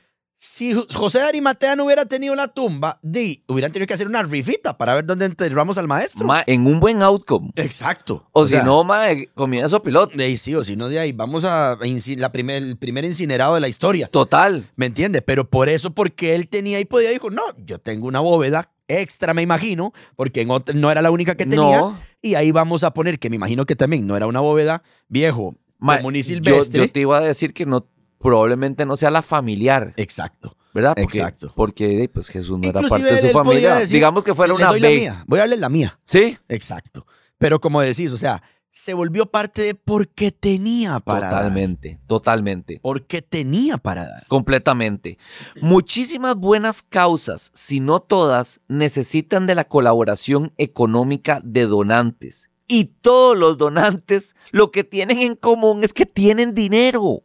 Speaker 2: Si Ju- José de Arimatea no hubiera tenido la tumba, di, hubieran tenido que hacer una rifita para ver dónde enterramos al maestro.
Speaker 3: Ma, en un buen outcome.
Speaker 2: Exacto.
Speaker 3: O, si
Speaker 2: sea,
Speaker 3: no, mae, comienza piloto.
Speaker 2: De ahí sí o si no, de ahí vamos a inci- la primer, el primer incinerado de la historia.
Speaker 3: Total.
Speaker 2: ¿Me entiendes? Pero por eso, porque él tenía y podía, dijo, no, yo tengo una bóveda extra, me imagino, porque en otra- no era la única que tenía.
Speaker 3: No.
Speaker 2: Y ahí vamos a poner, que me imagino que también no era una bóveda viejo,
Speaker 3: Ma,
Speaker 2: común y
Speaker 3: yo-
Speaker 2: silvestre.
Speaker 3: Yo, te iba a decir que no, probablemente no sea la familiar,
Speaker 2: Exacto.
Speaker 3: ¿verdad? Porque,
Speaker 2: Exacto.
Speaker 3: Porque eh, pues, Jesús no era
Speaker 2: Inclusive
Speaker 3: parte de su
Speaker 2: él podría
Speaker 3: familia.
Speaker 2: decir,
Speaker 3: Digamos que fuera
Speaker 2: Les
Speaker 3: una
Speaker 2: doy la
Speaker 3: B.
Speaker 2: mía. Voy a darles la mía.
Speaker 3: Sí,
Speaker 2: Exacto. Pero como decís, o sea, se volvió parte de porque tenía para dar.
Speaker 3: totalmente, totalmente.
Speaker 2: Porque tenía para dar.
Speaker 3: Completamente. Muchísimas buenas causas, si no todas, necesitan de la colaboración económica de donantes. Y todos los donantes lo que tienen en común es que tienen dinero.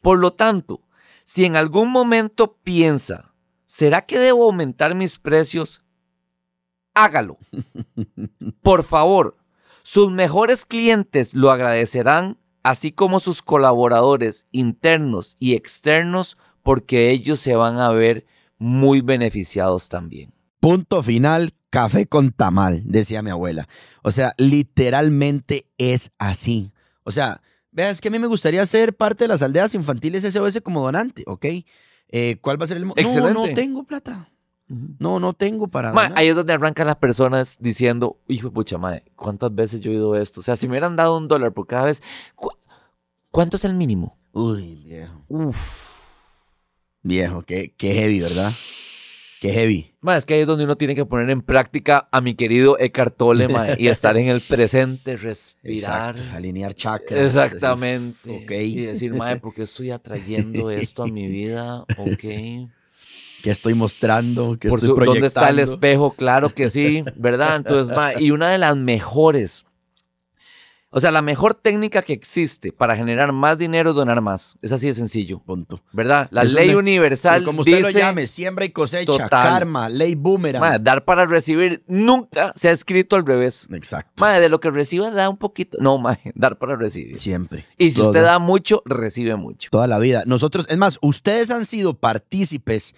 Speaker 3: Por lo tanto, si en algún momento piensa, ¿será que debo aumentar mis precios? Hágalo. Por favor, sus mejores clientes lo agradecerán, así como sus colaboradores internos y externos, porque ellos se van a ver muy beneficiados también.
Speaker 2: Punto final, café con tamal, decía mi abuela. O sea, literalmente es así. O sea, veas es que a mí me gustaría ser parte de las aldeas infantiles SOS como donante, ¿ok? Eh, ¿Cuál va a ser el... mo- No, no
Speaker 3: Excelente.
Speaker 2: tengo plata. No, no tengo para...
Speaker 3: Ma,
Speaker 2: donar.
Speaker 3: ahí es donde arrancan las personas diciendo, hijo de pucha madre, ¿cuántas veces yo he oído esto? O sea, si me hubieran dado un dólar por cada vez, ¿cu- ¿cuánto es el mínimo?
Speaker 2: Uy, viejo.
Speaker 3: Uf.
Speaker 2: Viejo, qué, qué heavy, ¿verdad? Qué heavy.
Speaker 3: Ma, es que ahí es donde uno tiene que poner en práctica a mi querido Eckhart Tolle, ma, y estar en el presente, respirar.
Speaker 2: Exacto, Alinear chakras.
Speaker 3: Exactamente.
Speaker 2: Ok.
Speaker 3: Y decir, madre, ¿por qué estoy atrayendo esto a mi vida? Ok.
Speaker 2: ¿Qué estoy mostrando? ¿Qué
Speaker 3: Por
Speaker 2: estoy
Speaker 3: su-
Speaker 2: proyectando?
Speaker 3: ¿Dónde está el espejo? Claro que sí, ¿verdad? Entonces, ma, y una de las mejores. O sea, la mejor técnica que existe para generar más dinero es donar más. Es así de sencillo,
Speaker 2: Punto.
Speaker 3: ¿verdad? La
Speaker 2: Es
Speaker 3: ley
Speaker 2: una-
Speaker 3: universal
Speaker 2: Como usted lo
Speaker 3: dice,
Speaker 2: llame, siembra y cosecha,
Speaker 3: Total.
Speaker 2: karma, ley boomerang.
Speaker 3: ma, dar para recibir nunca se ha escrito al revés.
Speaker 2: Exacto.
Speaker 3: Madre, de lo que reciba da un poquito. No, madre, dar para recibir.
Speaker 2: Siempre.
Speaker 3: Y si
Speaker 2: Todo.
Speaker 3: usted da mucho, recibe mucho.
Speaker 2: Toda la vida. Nosotros, es más, ustedes han sido partícipes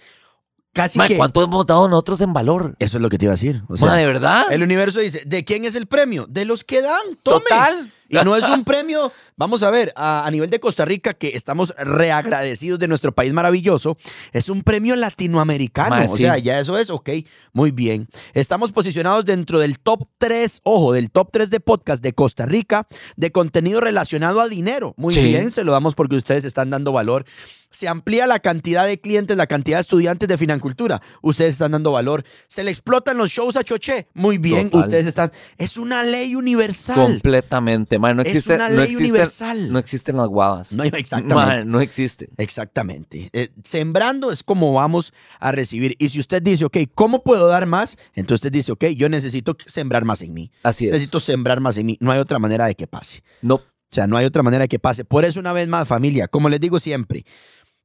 Speaker 2: casi
Speaker 3: Mae,
Speaker 2: que.
Speaker 3: ¿cuánto hemos dado nosotros en valor?
Speaker 2: Eso es lo que te iba a decir. O sea,
Speaker 3: Mae, ¿de verdad?
Speaker 2: el universo dice: ¿de quién es el premio? De los que dan. ¡Tome!
Speaker 3: Total.
Speaker 2: Y no es un premio Vamos a ver, a, a nivel de Costa Rica, que estamos reagradecidos de nuestro país maravilloso, es un premio latinoamericano.
Speaker 3: Ma,
Speaker 2: O
Speaker 3: sí.
Speaker 2: sea, ya eso es, ok, muy bien. Estamos posicionados dentro del top 3, ojo, del top 3 de podcast de Costa Rica, de contenido relacionado a dinero. Muy
Speaker 3: Sí.
Speaker 2: bien, se lo damos porque ustedes están dando valor. Se amplía la cantidad de clientes, la cantidad de estudiantes de Financultura. Ustedes están dando valor. Se le explotan los shows a Choché. Muy bien,
Speaker 3: Total.
Speaker 2: ustedes están. Es una ley universal.
Speaker 3: Completamente, mae. No
Speaker 2: Es
Speaker 3: existe,
Speaker 2: una
Speaker 3: no
Speaker 2: ley
Speaker 3: existen-
Speaker 2: universal.
Speaker 3: No existen las guavas.
Speaker 2: No, exactamente.
Speaker 3: Mae, no existe.
Speaker 2: Exactamente. Eh, sembrando es como vamos a recibir. Y si usted dice, ok, ¿cómo puedo dar más? Entonces usted dice, ok, yo necesito sembrar más en mí.
Speaker 3: Así es.
Speaker 2: Necesito sembrar más en mí. No hay otra manera de que pase.
Speaker 3: No.
Speaker 2: O sea, no hay otra manera de que pase. Por eso, una vez más, familia, como les digo siempre,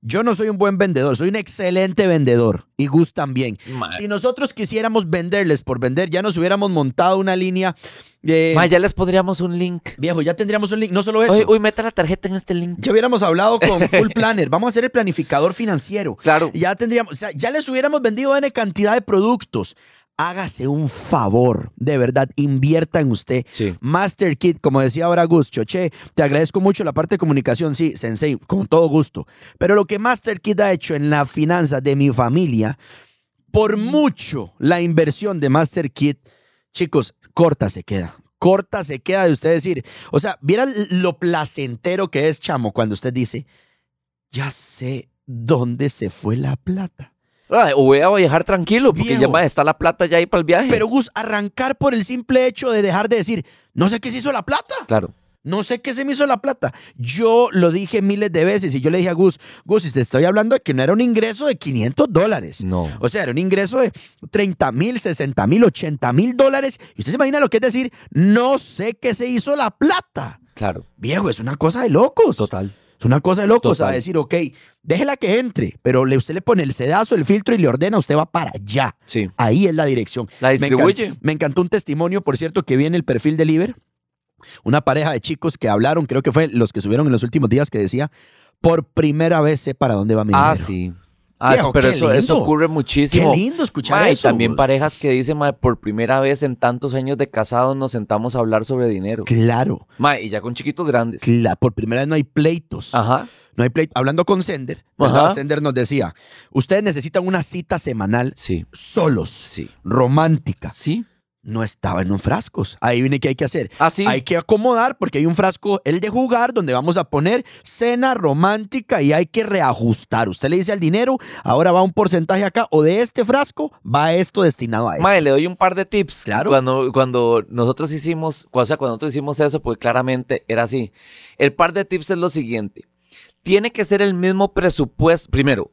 Speaker 2: yo no soy un buen vendedor, soy un excelente vendedor. Y Gus también.
Speaker 3: Mae.
Speaker 2: Si nosotros quisiéramos venderles por vender, ya nos hubiéramos montado una línea de...
Speaker 3: Mae, ya les pondríamos un link.
Speaker 2: Viejo, ya tendríamos un link. No solo Eh. eso.
Speaker 3: Oye, uy, meta la tarjeta en este link.
Speaker 2: Ya hubiéramos hablado con Full Planner. Vamos a hacer el planificador financiero.
Speaker 3: Claro.
Speaker 2: Ya tendríamos, o sea, ya les hubiéramos vendido N cantidad de productos. Hágase un favor, de verdad, invierta en usted.
Speaker 3: Sí.
Speaker 2: Master Kit, como decía ahora Gus, Choche, te agradezco mucho la parte de comunicación, sí, Sensei, con todo gusto. Pero lo que Master Kit ha hecho en la finanza de mi familia, por mucho la inversión de Master Kit, chicos, corta se queda. Corta se queda de usted decir. O sea, vieran lo placentero que es, chamo, cuando usted dice, ya sé dónde se fue la plata.
Speaker 3: Ay, o voy a viajar tranquilo, porque
Speaker 2: Viejo.
Speaker 3: ya mae, está la plata ya ahí para el viaje.
Speaker 2: Pero Gus, arrancar por el simple hecho de dejar de decir, no sé qué se hizo la plata.
Speaker 3: Claro.
Speaker 2: No sé qué se me hizo la plata. Yo lo dije miles de veces y yo le dije a Gus, Gus, si te estoy hablando de que no era un ingreso de 500 dólares.
Speaker 3: No.
Speaker 2: O sea, era un ingreso de 30 mil, 60 mil, 80 mil dólares. Y usted se imagina lo que es decir, no sé qué se hizo la plata.
Speaker 3: Claro.
Speaker 2: Viejo, es una cosa de locos.
Speaker 3: Total.
Speaker 2: Es una cosa de locos a
Speaker 3: Total.
Speaker 2: decir, ok, déjela que entre, pero le, usted le pone el sedazo, el filtro y le ordena, usted va para allá.
Speaker 3: Sí.
Speaker 2: Ahí es la dirección.
Speaker 3: La
Speaker 2: Me encan- Me,
Speaker 3: distribuye.
Speaker 2: encantó un testimonio, por cierto, que vi en el perfil de Liber. Una pareja de chicos que hablaron, creo que fue los que subieron en los últimos días, que decía, por primera vez sé para dónde va mi
Speaker 3: Ah,
Speaker 2: dinero".
Speaker 3: sí. Ah,
Speaker 2: Viejo,
Speaker 3: sí, pero
Speaker 2: qué
Speaker 3: eso, eso
Speaker 2: lindo.
Speaker 3: ocurre muchísimo.
Speaker 2: Qué lindo escuchar
Speaker 3: Mae,
Speaker 2: eso.
Speaker 3: también
Speaker 2: vos.
Speaker 3: parejas que dicen, mae, por primera vez en tantos años de casados nos sentamos a hablar sobre dinero.
Speaker 2: Claro,
Speaker 3: Mae, y ya con chiquitos grandes.
Speaker 2: cla- por primera vez no hay pleitos.
Speaker 3: Ajá.
Speaker 2: No hay pleito. Hablando con Sender, ¿verdad?
Speaker 3: Ajá.
Speaker 2: Sender nos decía, ustedes necesitan una cita semanal
Speaker 3: Sí.
Speaker 2: solos,
Speaker 3: Sí.
Speaker 2: romántica.
Speaker 3: Sí.
Speaker 2: No estaba en un frascos. Ahí viene que hay que hacer.
Speaker 3: Ah, sí.
Speaker 2: Hay que acomodar porque hay un frasco, el de jugar, donde vamos a poner cena romántica y hay que reajustar. Usted le dice al dinero, ahora va un porcentaje acá, o de este frasco va esto destinado a este. esto.
Speaker 3: Mae, le doy un par de tips.
Speaker 2: Claro.
Speaker 3: Cuando, cuando nosotros hicimos, o sea, cuando nosotros hicimos eso, pues claramente era así. El par de tips es lo siguiente. Tiene que ser el mismo presupuesto, primero,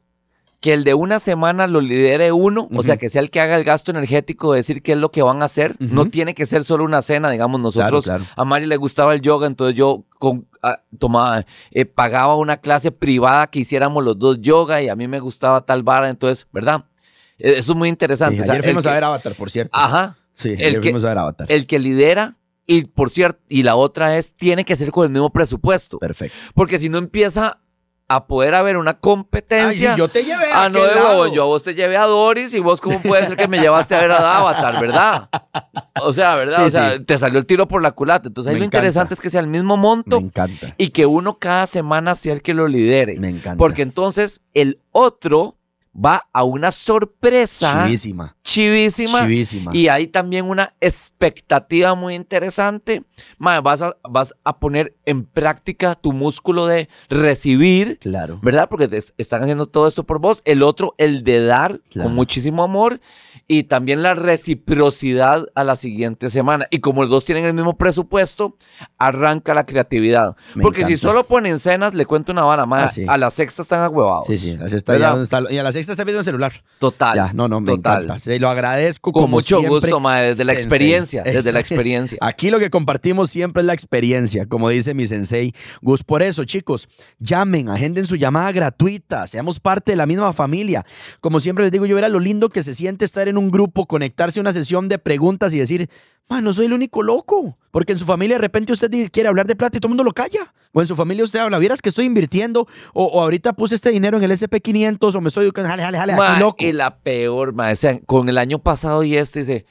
Speaker 3: que el de una semana lo lidere uno, o sea,
Speaker 2: Ujú.
Speaker 3: que sea el que haga el gasto energético de decir qué es lo que van a hacer. No
Speaker 2: Ujú.
Speaker 3: tiene que ser solo una cena, digamos, nosotros
Speaker 2: claro.
Speaker 3: a Mari le gustaba el yoga, entonces yo con- ah, tomaba, eh, pagaba una clase privada que hiciéramos los dos yoga y a mí me gustaba tal vara, entonces, ¿verdad? Eh, Eso es muy interesante.
Speaker 2: Sí,
Speaker 3: o sea,
Speaker 2: ayer
Speaker 3: el
Speaker 2: fuimos
Speaker 3: que-
Speaker 2: a ver Avatar, por cierto.
Speaker 3: Ajá.
Speaker 2: sí,
Speaker 3: el
Speaker 2: ayer
Speaker 3: que-
Speaker 2: fuimos a ver Avatar.
Speaker 3: El que lidera y por cierto, y la otra es, tiene que ser con el mismo presupuesto.
Speaker 2: Perfecto.
Speaker 3: Porque si no empieza a poder haber una
Speaker 2: Ay, sí,
Speaker 3: competencia.
Speaker 2: yo te llevé a
Speaker 3: Ah, no,
Speaker 2: aquel
Speaker 3: de huevo,
Speaker 2: lado.
Speaker 3: yo a vos te llevé a Doris y vos cómo puede ser que me llevaste a ver a Avatar, ¿verdad? O sea, ¿verdad?
Speaker 2: Sí,
Speaker 3: o sea,
Speaker 2: sí.
Speaker 3: te salió el tiro por la culata. Entonces ahí
Speaker 2: Me
Speaker 3: lo
Speaker 2: encanta.
Speaker 3: interesante es que sea el mismo
Speaker 2: Me
Speaker 3: monto
Speaker 2: encanta.
Speaker 3: y que uno cada semana sea el que lo lidere.
Speaker 2: Me encanta.
Speaker 3: Porque entonces el otro va a una sorpresa
Speaker 2: Chivísima.
Speaker 3: chivísima.
Speaker 2: Chivísima.
Speaker 3: Y hay también una expectativa muy interesante. Mae, vas, a, vas a poner en práctica tu músculo de recibir,
Speaker 2: Claro.
Speaker 3: ¿verdad? Porque te es- están haciendo todo esto por vos. El otro, el de dar
Speaker 2: Claro.
Speaker 3: con muchísimo amor. Y también la reciprocidad a la siguiente semana. Y como los dos tienen el mismo presupuesto, arranca la creatividad.
Speaker 2: Me
Speaker 3: Porque si
Speaker 2: encanta.
Speaker 3: solo ponen cenas, le cuento una vara
Speaker 2: Ah,
Speaker 3: más.
Speaker 2: sí.
Speaker 3: A la sexta están agüevados.
Speaker 2: Sí, sí. la sexta
Speaker 3: ¿Verdad?
Speaker 2: ya donde está- y a la sexta está viendo el celular.
Speaker 3: Total.
Speaker 2: Ya, no, no, me
Speaker 3: total.
Speaker 2: encanta. Se lo agradezco
Speaker 3: Con
Speaker 2: como
Speaker 3: mucho
Speaker 2: siempre,
Speaker 3: gusto, mae, desde la
Speaker 2: sensei.
Speaker 3: experiencia, desde la
Speaker 2: Exacto.
Speaker 3: experiencia.
Speaker 2: Aquí lo que compartimos siempre es la experiencia, como dice mi sensei Gus. Por eso, chicos, llamen, agenden su llamada gratuita, seamos parte de la misma familia. Como siempre les digo, yo era lo lindo que se siente estar en un grupo, conectarse a una sesión de preguntas y decir, man, no soy el único loco. Porque en su familia de repente usted di- quiere hablar de plata y todo el mundo lo calla. O en su familia usted habla, vieras que estoy invirtiendo, o, o ahorita puse este dinero en el SP500, o me estoy educando, jale, jale, jale, aquí
Speaker 3: Ma,
Speaker 2: loco.
Speaker 3: y la peor, ma, o sea, con el año pasado y este dice,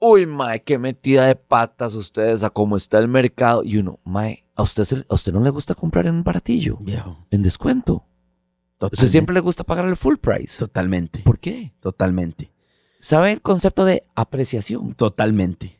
Speaker 3: uy, ma, qué metida de patas ustedes a cómo está el mercado. Y uno, ma, A usted, se- a usted no le gusta comprar en baratillo,
Speaker 2: Viejo.
Speaker 3: en descuento. A usted
Speaker 2: Totalmente.
Speaker 3: siempre le gusta pagar el full price.
Speaker 2: Totalmente.
Speaker 3: ¿Por qué?
Speaker 2: Totalmente.
Speaker 3: ¿Sabe el concepto de apreciación?
Speaker 2: Totalmente.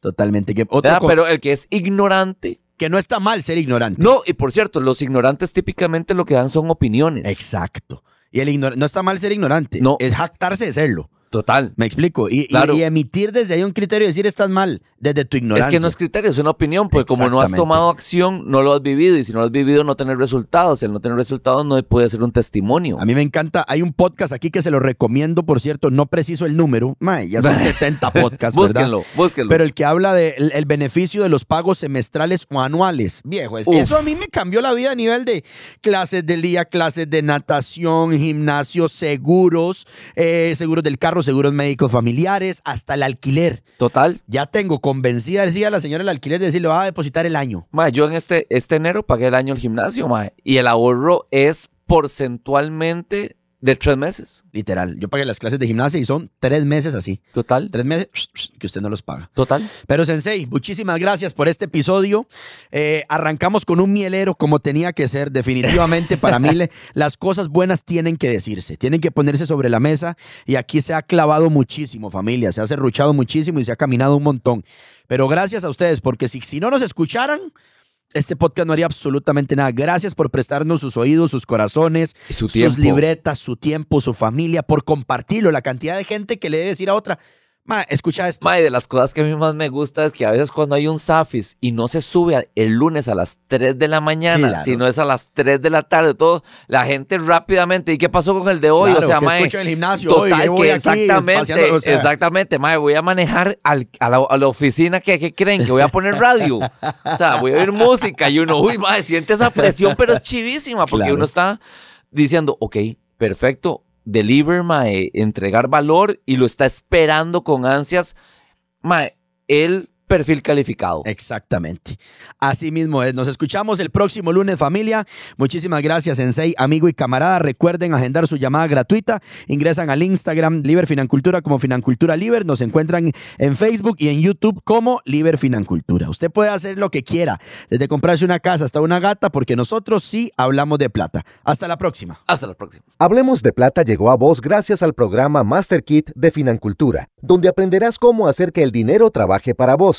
Speaker 2: Totalmente. Que, otro
Speaker 3: ¿Verdad?
Speaker 2: con-
Speaker 3: Pero el que es ignorante.
Speaker 2: que no está mal ser ignorante.
Speaker 3: No, y por cierto, los ignorantes típicamente lo que dan son opiniones.
Speaker 2: Exacto. Y el ignor- no está mal ser ignorante.
Speaker 3: No.
Speaker 2: Es jactarse de serlo.
Speaker 3: Total.
Speaker 2: Me explico. Y, y-
Speaker 3: Claro.
Speaker 2: y emitir desde ahí un criterio y decir estás mal desde tu
Speaker 3: Es
Speaker 2: ignorancia.
Speaker 3: que no es criterio, es una opinión, porque como no has
Speaker 2: Exactamente.
Speaker 3: tomado acción, no lo has vivido, y si no lo has vivido, no tener resultados. El no tener resultados no puede ser un testimonio.
Speaker 2: A mí me encanta. Hay un podcast aquí que se lo recomiendo, por cierto. No preciso el número. Mae, ya son 70 podcasts. ¿verdad?
Speaker 3: búsquenlo, búsquenlo.
Speaker 2: Pero el que habla del de el- el beneficio de los pagos semestrales o anuales, viejo, es-
Speaker 3: Uf.
Speaker 2: eso a mí me cambió la vida a nivel de clases del día, clases de natación, gimnasio, seguros, eh, seguros del carro, seguros médicos familiares, hasta el alquiler.
Speaker 3: Total.
Speaker 2: Ya tengo convencida, decía la señora del alquiler, de decirle, va a depositar el año.
Speaker 3: Ma, yo en este, este enero pagué el año el gimnasio, ma, y el ahorro es porcentualmente de tres meses.
Speaker 2: Literal, yo pagué las clases de gimnasia y son tres meses así.
Speaker 3: Total,
Speaker 2: Tres meses que usted no los paga.
Speaker 3: total.
Speaker 2: Pero Sensei, muchísimas gracias por este episodio. Eh, arrancamos con un mielero como tenía que ser. Definitivamente para mí le- las cosas buenas tienen que decirse, tienen que ponerse sobre la mesa y aquí se ha clavado muchísimo familia, se ha serruchado muchísimo y se ha caminado un montón. Pero gracias a ustedes porque si, si no nos escucharan... Este podcast no haría absolutamente nada. Gracias por prestarnos sus oídos, sus corazones,
Speaker 3: Y su
Speaker 2: sus libretas, su tiempo, su familia, por compartirlo. La cantidad de gente que le debe decir a otra, "Ma, escucha esto.
Speaker 3: Ma, y de las cosas que a mí más me gusta es que a veces cuando hay un Safis y no se sube a- el lunes a las 3 de la mañana,
Speaker 2: Claro.
Speaker 3: sino es a las 3 de la tarde, todo, la gente rápidamente, ¿y qué pasó con el de hoy?
Speaker 2: Claro,
Speaker 3: o sea,
Speaker 2: que
Speaker 3: mae,
Speaker 2: escucho en el gimnasio hoy,
Speaker 3: total,
Speaker 2: yo voy
Speaker 3: que
Speaker 2: aquí,
Speaker 3: exactamente,
Speaker 2: paseando, o sea.
Speaker 3: exactamente, mae, voy a manejar al- a, la, a la oficina que, que creen que voy a poner radio. o sea, voy a oír música y uno, uy, mae, siente esa presión, pero es chivísima porque
Speaker 2: Claro.
Speaker 3: uno está diciendo, ok, perfecto, deliver, mae, entregar valor y lo está esperando con ansias, mae, el perfil calificado.
Speaker 2: Exactamente. Así mismo es. Nos escuchamos el próximo lunes, familia. Muchísimas gracias, Sensei, amigo y camarada. Recuerden agendar su llamada gratuita. Ingresan al Instagram Liber Financultura como Financultura Liber. Nos encuentran en Facebook y en YouTube como Liber Financultura. Usted puede hacer lo que quiera, desde comprarse una casa hasta una gata, porque nosotros sí hablamos de plata. Hasta la próxima.
Speaker 3: Hasta la próxima.
Speaker 1: Hablemos de Plata llegó a vos gracias al programa Master Kit de Financultura, donde aprenderás cómo hacer que el dinero trabaje para vos.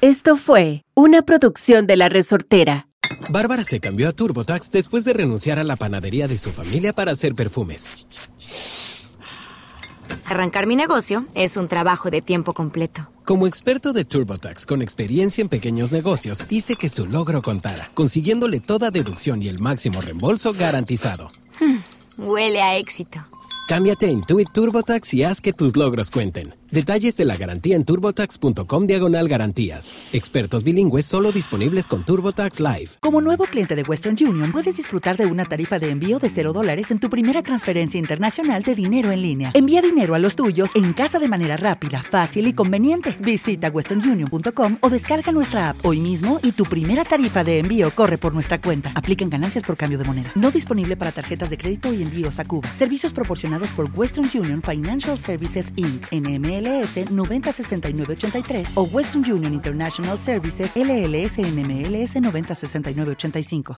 Speaker 4: Esto fue una producción de La Resortera.
Speaker 5: Bárbara se cambió a TurboTax después de renunciar a la panadería de su familia para hacer perfumes.
Speaker 6: Arrancar mi negocio es un trabajo de tiempo completo.
Speaker 5: Como experto de TurboTax con experiencia en pequeños negocios, hice que su logro contara, consiguiéndole toda deducción y el máximo reembolso garantizado.
Speaker 6: Huele a éxito.
Speaker 5: Cámbiate a Intuit TurboTax y haz que tus logros cuenten. Detalles de la garantía en turbotax.com diagonal garantías. Expertos bilingües solo disponibles con TurboTax Live.
Speaker 7: Como nuevo cliente de Western Union, puedes disfrutar de una tarifa de envío de 0 dólares en tu primera transferencia internacional de dinero en línea. Envía dinero a los tuyos en casa de manera rápida, fácil y conveniente. Visita westernunion.com o descarga nuestra app hoy mismo y tu primera tarifa de envío corre por nuestra cuenta. Aplican ganancias por cambio de moneda. No disponible para tarjetas de crédito y envíos a Cuba. Servicios proporcionados por Western Union Financial Services Inc. NMLS 906983 o Western Union International Services LLS NMLS 906985.